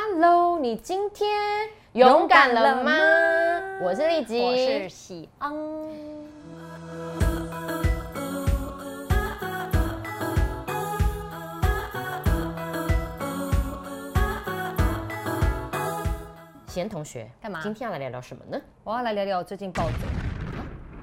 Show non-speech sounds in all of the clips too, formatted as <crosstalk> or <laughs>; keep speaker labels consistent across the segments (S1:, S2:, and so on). S1: Hello，你今天勇敢了吗？我是丽吉，
S2: 我是喜
S1: 嗯，贤同学，
S2: 干嘛
S1: 今天要来聊聊什么呢？
S2: 我要来聊聊我最近暴走。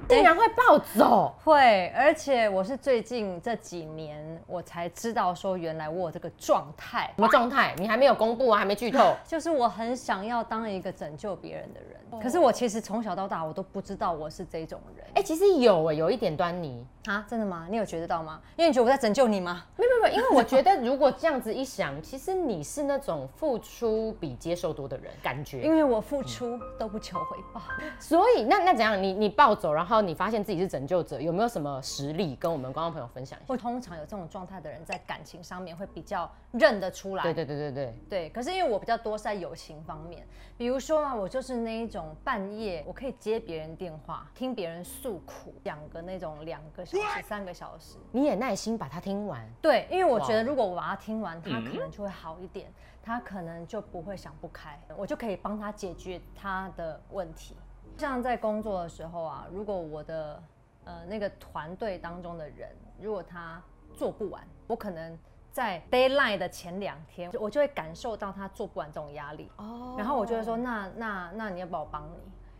S1: 竟然会暴走！
S2: 会，而且我是最近这几年我才知道说，原来我有这个状态，
S1: 什么状态？你还没有公布啊，还没剧 <laughs> 透。
S2: 就是我很想要当一个拯救别人的人。
S1: 哦
S2: 可是我其实从小到大我都不知道我是这种人。
S1: 哎、其实有哎、有一点端倪。
S2: 啊，真的吗？你有觉得到吗？因为你觉得我在拯救你吗？
S1: 没有没有没有，因为 <laughs> 我觉得如果这样子一想，其实你是那种付出比接受多的人，感觉。
S2: 因为我付出都不求回报。
S1: 所以那那怎样？你你暴走，然后你发现自己是拯救者，有没有什么实例跟我们观众朋友分享一下？
S2: 我通常有这种状态的人，在感情上面会比较认得出来。
S1: 对对对对对，
S2: 对，可是因为我比较多是在友情方面，比如说啊，我就是那一种半夜我可以接别人电话，听别人诉苦，讲个那种两个小时、三个小时。
S1: 你也耐心把它听完。
S2: 对，因为我觉
S1: 哇哦嗯
S2: 得如果我把它听完，他可能就会好一点，他可能就不会想不开，我就可以帮他解决他的问题。像在工作的时候啊，如果我的呃那个团队当中的人，如果他做不完，我可能在 d a y l i n e 的前两天，我就会感受到他做不完这种压力。
S1: 哦
S2: 然后我就会说，，那那那你要不要我帮你？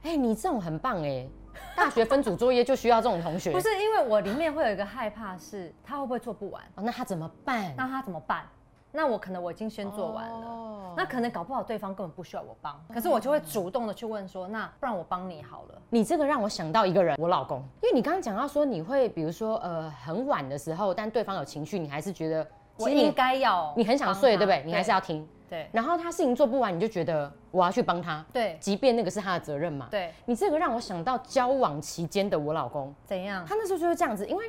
S1: 哎、你这种很棒哎、大学分组作业就需要这种同学。
S2: 不是因为我里面会有一个害怕是，他会不会做不完？
S1: 哦，那他怎么办？
S2: 那他怎么办？那我可能我已经先做完了。
S1: 哦嗯
S2: 那可能搞不好对方根本不需要我帮，可是我就会主动的去问说，那不然我帮你好了。
S1: 你这个让我想到一个人，我老公，因为你刚刚讲到说你会，比如说呃很晚的时候，但对方有情绪，你还是觉得
S2: 我
S1: 你
S2: 应该要，
S1: 你很想睡，对不对？你还是要听，
S2: 对
S1: 然后他事情做不完，你就觉得我要去帮他，
S2: 对
S1: 即便那个是他的责任嘛。
S2: 对，
S1: 你这个让我想到交往期间的我老公，
S2: 怎样？
S1: 他那时候就是这样子，因为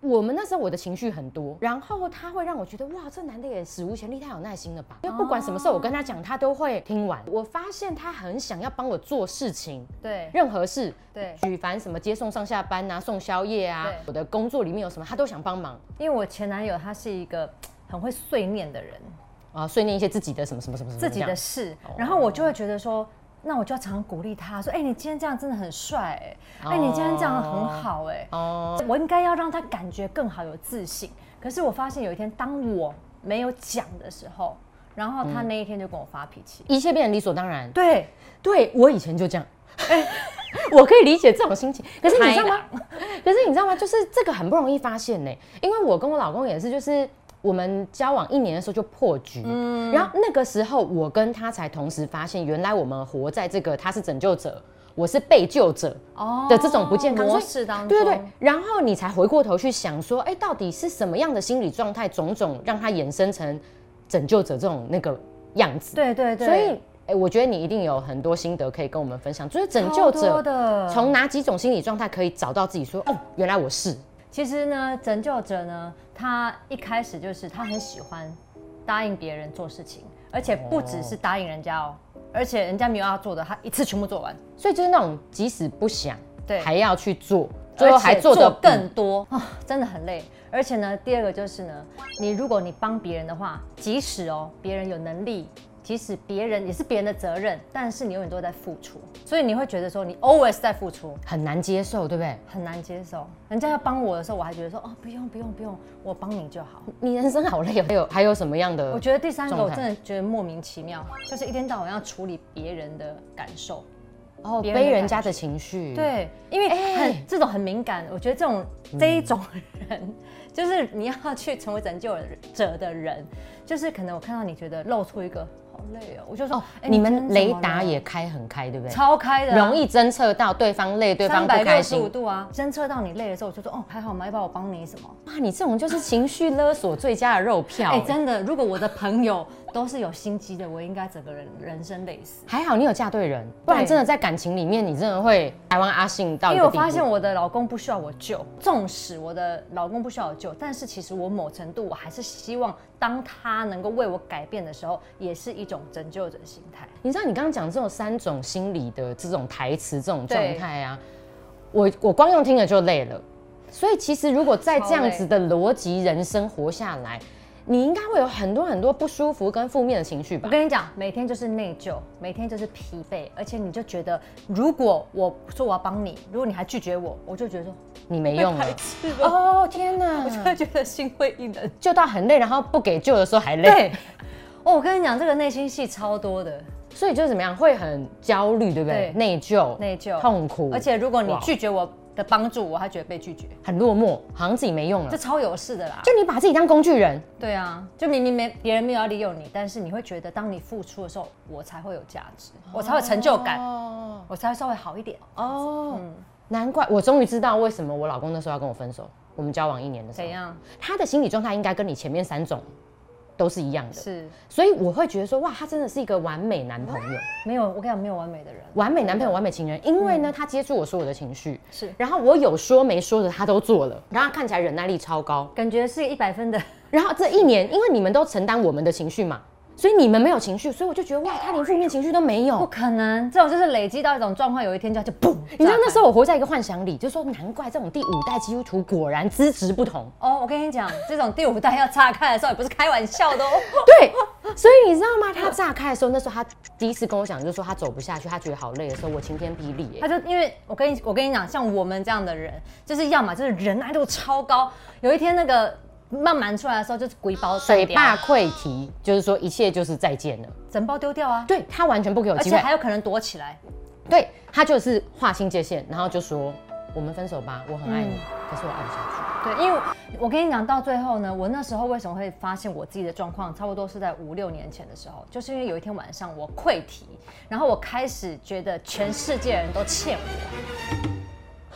S1: 我们那时候我的情绪很多，然后他会让我觉得哇，这男的也史无前例，太有耐心了吧？因为不管什么时候我跟他讲，他都会听完。我发现他很想要帮我做事情，
S2: 对
S1: 任何事，
S2: 对，
S1: 举凡什么接送上下班啊、送宵夜啊
S2: 对，
S1: 我的工作里面有什么，他都想帮忙
S2: 因为我前男友他是一个很会碎念的人，
S1: 啊，碎念一些自己的什么什么什么什么
S2: 自己
S1: 这
S2: 的
S1: 样哦嗯
S2: 事，然后我就会觉得说。那我就要常常鼓励他说：“哎、你今天这样真的很帅、哎、哎，你今天这样很好、哎、
S1: 哦，
S2: 我应该要让他感觉更好，有自信。可是我发现有一天，当我没有讲的时候，然后他那一天就跟我发脾气。
S1: 一切变得理所当然。
S2: 对，
S1: 嗯
S2: 哎
S1: 对我以前就这样， <laughs> 我可以理解这种心情。可是你知道吗？可是你知道吗？就是这个很不容易发现呢、因为我跟我老公也是，就是我们交往一年的时候就破局，
S2: 嗯
S1: 然后那个时候我跟他才同时发现，原来我们活在这个他是拯救者，我是被救者。
S2: 哦
S1: 的这种不健康
S2: 模
S1: 所以
S2: 式当中，
S1: 对对对，然后你才回过头去想说，哎，到底是什么样的心理状态，种种让他衍生成拯救者这种那个样子。
S2: 对对对，
S1: 所以，哎，我觉得你一定有很多心得可以跟我们分享，就是拯救
S2: 超多
S1: 者
S2: 的
S1: 从哪几种心理状态可以找到自己说，哦，原来我是
S2: 其实呢，拯救者呢，他一开始就是他很喜欢答应别人做事情，而且不只是答应人家哦，而且人家没有要做的，他一次全部做完，
S1: 所以就是那种即使不想，
S2: 对
S1: 还要去做，最后还做
S2: 而且
S1: 的
S2: 做更多啊、真的很累。而且呢，第二个就是呢，你如果你帮别人的话，即使哦别人有能力。即使别人也是别人的责任，但是你永远都在付出，所以你会觉得说你 always 在付出，
S1: 很难接受，对不对？
S2: 很难接受。人家要帮我的时候，我还觉得说哦不用不用不用，我帮你就好。
S1: 你人生好累哦，还有还有什么样的？
S2: 我觉得第三个
S1: 嗯状
S2: 我
S1: 态
S2: 真的觉得莫名其妙，就是一天到晚要处理别人的感受。
S1: 哦，
S2: 别人的
S1: 背人
S2: 感
S1: 家的情绪，，
S2: 对，因为
S1: 哎嗯
S2: 很、这种很敏感，我觉得这种这一种人， <laughs> 就是你要去成为拯救者的人，就是可能我看到你觉得露出一个好累哦，我就说，
S1: 哦，
S2: 哎
S1: 你
S2: 今天
S1: 们
S2: 怎
S1: 雷
S2: 么
S1: 达
S2: 了
S1: 也开很开，对不对？
S2: 超开的啊、
S1: 容易侦测到对方累，对方
S2: 三
S1: 不
S2: 百
S1: 开
S2: 六十
S1: 心
S2: 五。度啊，侦测到你累的时候，我就说哦还好嘛，要不然我帮你什么？
S1: 哇，你这种就是情绪勒索最佳的肉票。
S2: 哎、真的，如果我的朋友都是有心机的，我应该整个人人生累死。
S1: 还好你有嫁对人，不然真的在感情里面，你真的会台湾阿信到一
S2: 因哎为
S1: 个
S2: 我
S1: 地
S2: 发现
S1: 步
S2: 我的老公不需要我救，纵使我的老公不需要我救，但是其实我某程度我还是希望，当他能够为我改变的时候，也是一种拯救者心态。
S1: 你知道你刚刚讲这种三种心理的这种台词、这种状态
S2: 嗯
S1: 啊，我我光用听了就累了。所以其实如果在这样子的逻辑人生活下来，你应该会有很多很多不舒服跟负面的情绪吧
S2: 我？跟你讲，每天就是内疚，每天就是疲惫，而且你就觉得，如果我说我要帮你，如果你还拒绝我，我就觉得说
S1: 你没用啊了
S2: 排。斥了，
S1: 哦
S2: <laughs>
S1: 天
S2: 我就会
S1: 哪！
S2: 觉得心灰意冷。
S1: 就到很累，然后不给救的时候还累。
S2: 对， <laughs> 哦，我跟你讲，这个内心戏超多的
S1: 所以就是怎么样，会很焦虑，对不
S2: 对
S1: 对？内疚、
S2: 内疚，
S1: 痛苦，
S2: 而且如果你
S1: 哇
S2: 拒绝我的帮助，我还觉得被拒绝，
S1: 很落寞，好像自己没用了。
S2: 这超有事的啦。
S1: 嗯就你把自己当工具人，
S2: 对啊，就明明没别人没有要利用你，但是你会觉得，当你付出的时候，我才会有价值，我才会有成就感，
S1: 哦
S2: 我才会稍微好一点。
S1: 哦，难怪我终于知道为什么我老公那时候要跟我分手。我们交往一年的时
S2: 怎
S1: 候，
S2: 样？
S1: 他的心理状态应该跟你前面三种都是一样的，
S2: 是
S1: 所以我会觉得说，哇，他真的是一个完美男朋友，
S2: 没有，我跟你讲，没有完美的人。
S1: 完美男朋友，完美情人。因为
S2: 嗯
S1: 呢，他接触我所有的情绪，
S2: 是，
S1: 然后我有说没说的他都做了，然后他看起来忍耐力超高。
S2: 感觉是一百分的，
S1: 然后这一年，因为你们都承担我们的情绪嘛，所以你们没有情绪，所以我就觉得
S2: 哎
S1: 哇，他连负面情绪都没
S2: 不 <laughs>
S1: 有。
S2: 可能。这种就是累积到一种状况，有一天就就嘣。
S1: 你知道那时
S2: 候？
S1: 候我活在一个幻想里，就说难怪这种第五代基督徒果然资质
S2: <laughs>
S1: 不同。
S2: 哦，我跟你讲，这种第五代要岔开的时候，也不是开玩笑的哦。
S1: 对，所以你知道吗？他炸开的时候，那时候他第一次跟我讲，就是说他走不下去，他觉得好累的时候，我晴天霹雳耶、
S2: 他就因为我跟你我跟你讲，像我们这样的人，就是要么就是忍耐度超高，有一天那个慢慢出来的时候，就是鬼包
S1: 水
S2: 掉
S1: 坝溃堤，就是说一切就是再见了。
S2: 整包丢掉啊，
S1: 对他完全不给我
S2: 而
S1: 机
S2: 且
S1: 会，
S2: 还有可能躲起来。
S1: 对他就是划清界限，然后就说我们分手吧，我很爱
S2: 嗯
S1: 你，可是我爱不下去。
S2: 对，因为我跟你讲到最后呢，我那时候为什么会发现我自己的状况，差不多是在五六年前的时候，就是因为有一天晚上我溃堤，然后我开始觉得全世界人都欠我， <laughs>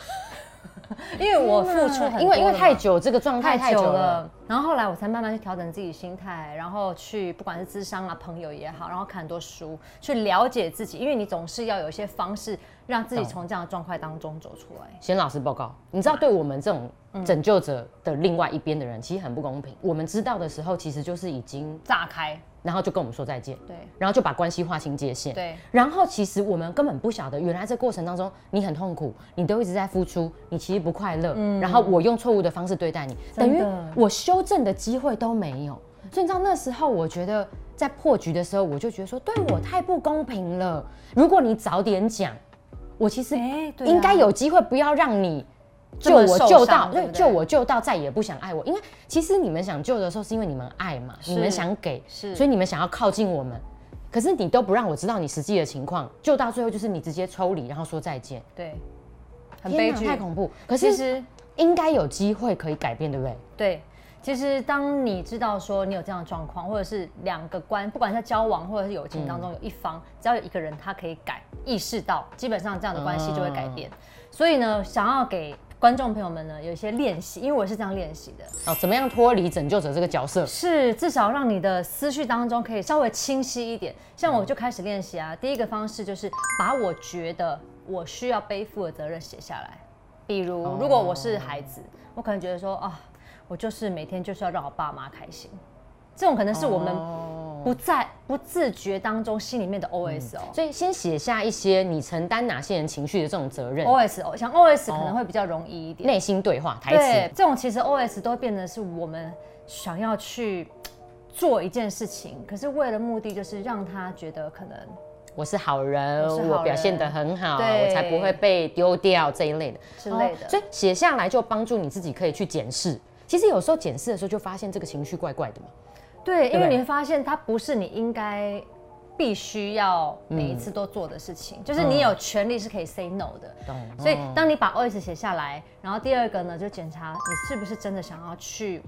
S2: 因为我付出很多了嘛，
S1: 因为因为太久这个状态
S2: 太
S1: 太
S2: 久
S1: 久
S2: 了
S1: 了，。
S2: 然后后来我才慢慢去调整自己心态，然后去不管是智商啊、朋友也好，然后看很多书去了解自己，因为你总是要有一些方式让自己
S1: 懂
S2: 从这样的状态当中走出来。
S1: 先老师报告，你知道对我们这种
S2: 嗯
S1: 拯救者的另外一边的人，其实很不公平。我们知道的时候，其实就是已经，
S2: 炸开，
S1: 然后就跟我们说再见，
S2: 对
S1: 然后就把关系划清界限。
S2: 对，
S1: 然后其实我们根本不晓得，原来这过程当中你很痛苦，你都一直在付出，你其实不快乐。然后我用错误的方式对待你，等
S2: 嗯真
S1: 于
S2: 的
S1: 我修正的机会都没有。所以你知道那时候，我觉得在破局的时候，我就觉得说对我太不公平了。如果你早点讲，我其实
S2: 哎对啊
S1: 应该有机会，不要让你。
S2: 这
S1: 救
S2: 么
S1: 我
S2: 受伤
S1: 救到，
S2: 对
S1: 对，
S2: 不对
S1: 救我救到，再也不想爱我。因为其实你们想救的时候，是因为你们爱嘛，你们
S2: 是
S1: 想给，
S2: 是
S1: 所以你们想要靠近我们，可是你都不让我知道你实际的情况，就到最后就是你直接抽离，然后说再见，
S2: 对，很
S1: 天
S2: 悲
S1: 哪
S2: 剧。
S1: 太恐怖。可
S2: 其
S1: 是
S2: 实
S1: 应该有机会可以改变，对不对？
S2: 对，其实当你知道说你有这样的状况，或者是两个关，不管在交往或者是友情当中，有一方、只要有一个人他可以改，意识到，基本上这样的关系就会改变。所以呢，想要给观众朋友们呢有一些练习，因为我是这样练习的，
S1: 哦，怎么样脱离拯救者这个角色？
S2: 是至少让你的思绪当中可以稍微清晰一点。像
S1: 嗯
S2: 我就开始练习啊，第一个方式就是把我觉得我需要背负的责任写下来。比如
S1: 哦，
S2: 如果我是孩子，我可能觉得说啊，我就是每天就是要让我爸妈开心，这种可能是我们
S1: 哦
S2: 不在不自觉当中心里面的 OS 哦。
S1: 所以先写下一些你承担哪些人情绪的这种责任，
S2: OS 哦，像 OS 可能会比较容易一点。
S1: 内心对话台
S2: 对
S1: 词，，
S2: 这种其实 OS 都会变得是我们想要去做一件事情，可是为了目的就是让他觉得可能
S1: 我是好人，
S2: 我是好人
S1: 我表现得很好，
S2: 对
S1: 我才不会被丢掉这一类的。
S2: 之类的。
S1: 哦所以写下来就帮助你自己可以去检视。其实有时候检视的时候就发现这个情绪怪怪的嘛。
S2: 对，因
S1: 对
S2: 为你会发现它不是你应该必须要每
S1: 嗯
S2: 一次都做的事情，就是你有权利是可以 say no 的。
S1: 懂嗯
S2: 所以当你把 OS 写下来，然后第二个呢，就检查你是不是真的想要去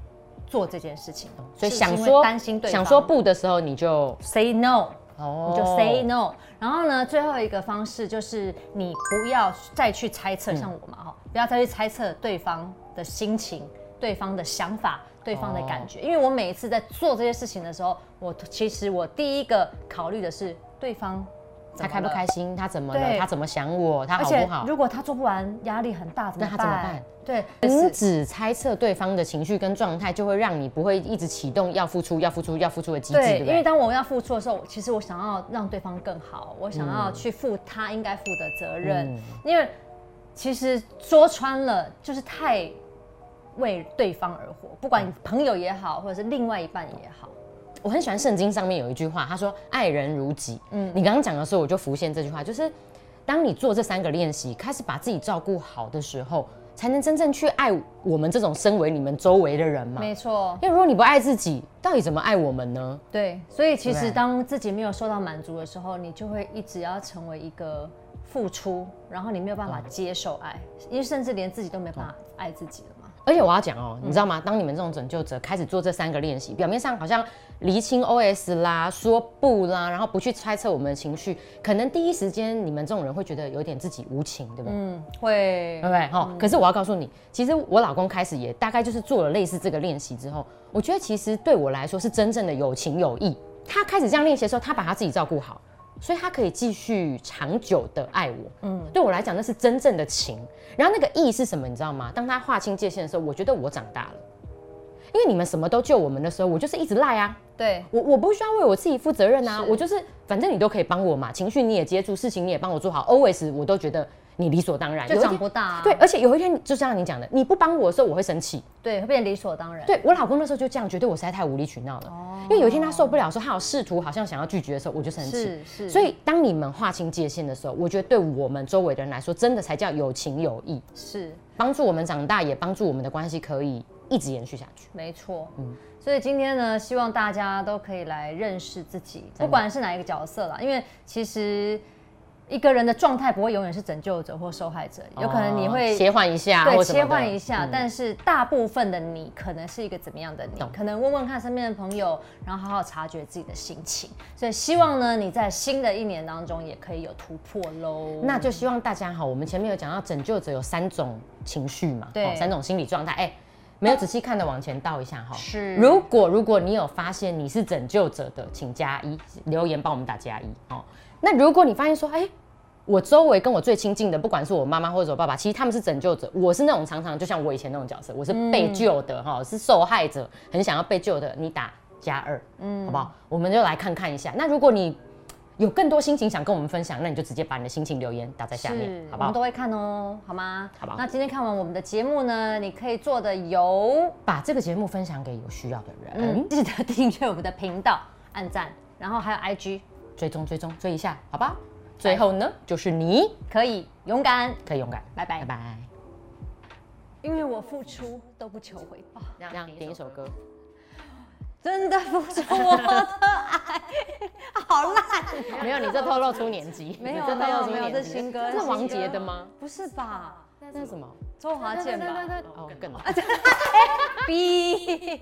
S2: 做这件事情，
S1: 所以
S2: 是不是
S1: 想
S2: 因为
S1: 说
S2: 担心对方
S1: 想说不的时候，你就
S2: say no。
S1: 哦
S2: 你就 say no。然后呢，最后一个方式就是你不要再去猜测，
S1: 嗯
S2: 像我嘛哈，不要再去猜测对方的心情、对方的想法、对方的
S1: 哦
S2: 感觉。因为我每一次在做这些事情的时候，我其实我第一个考虑的是对方怎
S1: 他
S2: 么
S1: 开不
S2: 了
S1: 开心，他怎么了，
S2: 对
S1: 他怎么想我，他
S2: 而
S1: 好不
S2: 且
S1: 好？
S2: 如果他做不完，压力很大，怎么
S1: 那
S2: 办？
S1: 他怎么办
S2: 对，
S1: 停止猜测对方的情绪跟状态，就会让你不会一直启动要付出、要付出、要付出的机制，对
S2: 对，
S1: 不
S2: 因为
S1: 对？
S2: 当我要付出的时候，其实我想要让对方更好，我想要去负他应该负
S1: 嗯
S2: 的责任，因为其实说穿了就是太为对方而活，不
S1: 嗯
S2: 管你朋友也好，或者是另外一半也好。
S1: 我很喜欢圣经上面有一句话，他说“爱人如己”。嗯
S2: 嗯，
S1: 你刚刚讲的时候，我就浮现这句话，就是当你做这三个练习，开始把自己照顾好的时候，才能真正去爱我们这种身为你们周围的人嘛。
S2: 没错，
S1: 因为如果你不爱自己，到底怎么爱我们呢？
S2: 对，所以其
S1: 对
S2: 实当自己没有受到满足的时候，你就会一直要成为一个付出，然后你没有办法接受爱，
S1: 嗯
S2: 因为甚至连自己都没办法爱自己了嘛。
S1: 而且我要讲哦，你知道吗？当你们这种拯救者开始做这三个练习，表面上好像厘清 OS 啦、说不啦，然后不去猜测我们的情绪，可能第一时间你们这种人会觉得有点自己无情，对不对？
S2: 嗯，会
S1: 对不对？哈、可是我要告诉你，其实我老公开始也大概就是做了类似这个练习之后，我觉得其实对我来说是真正的有情有义。他开始这样练习的时候，他把他自己照顾好，所以他可以继续长久的爱我。嗯，对我来讲，那是真正的情。然后那个义是什么？你知道吗？当他划清界限的时候，我觉得我长大了。因为你们什么都救我们的时候，我就是一直赖啊，
S2: 对，
S1: 我我不需要为我自己负责任啊，
S2: 是
S1: 我就是反正你都可以帮我嘛，情绪你也接住，事情你也帮我做好，always 我都觉得你理所当然。
S2: 就
S1: 有一
S2: 长
S1: 天
S2: 不大、啊，
S1: 对，而且有一天，就像你讲的，你不帮我的时候，我会生气。
S2: 对，会变理所当然。
S1: 对我老公那时候就这样，觉得我实在太无理取闹了。因为有一天他受不了的时候，他有试图好像想要拒绝的时候，我就生气。
S2: 是是，
S1: 所以，当你们划清界限的时候，我觉得对我们周围的人来说，真的才叫有情有义，
S2: 是
S1: 帮助我们长大，也帮助我们的关系可以一直延续下去。
S2: 没错。
S1: 嗯
S2: 所以今天呢，希望大家都可以来认识自己，
S1: 嗯
S2: 不管是哪一个角色啦，因为其实一个人的状态不会永远是拯救者或受害者，有可能你会
S1: 哦切换一下，
S2: 对，
S1: 或什么
S2: 切
S1: 的嗯
S2: 换一下，但是大部分的你可能是一个怎么样的你
S1: 懂？
S2: 可能问问看身边的朋友，然后好好察觉自己的心情。所以希望呢，你在新的一年当中也可以有突破喽。
S1: 那就希望大家哈，我们前面有讲到拯救者有三种情绪嘛，
S2: 对
S1: 哦三种心理状态。哎、没有仔细看的往前倒一下哈。
S2: 是
S1: 如果如果你有发现你是拯救者的，请加一，留言帮我们打加一哦。那如果你发现说，哎、我周围跟我最亲近的，不管是我妈妈或者我爸爸，其实他们是拯救者，我是那种常常就像我以前那种角色，我是被救的
S2: 嗯
S1: 哈、是受害者，很想要被救的，你打加二，嗯，好不好？我们就来看看一下。那如果你有更多心情想跟我们分享，那你就直接把你的心情留言打在下面
S2: 是，，我
S1: 好不
S2: 们
S1: 好？
S2: 都会看哦，好吗？
S1: 好不好
S2: 那今天看完我们的节目呢，你可以做的有，
S1: 把这个节目分享给有需要的人，
S2: 嗯，记得订阅我们的频道，按赞，然后还有 IG，
S1: 追踪追踪追一下，好不好？最后呢，就是你
S2: 可以勇敢，
S1: 可以勇敢，
S2: 拜拜
S1: 拜。拜。
S2: 因为我付出都不求回报，
S1: 这样点一首歌。
S2: 真的付出我的爱，好烂。
S1: 没有，你这透露出年纪，
S2: 没有
S1: 你这透露出
S2: 没有没有
S1: 年纪
S2: 这新歌
S1: 这是
S2: 新
S1: 王
S2: 歌
S1: 杰的吗？
S2: 不是哦吧？
S1: 那是什么？
S2: 周华健吧？
S1: 哦，更老。
S2: B。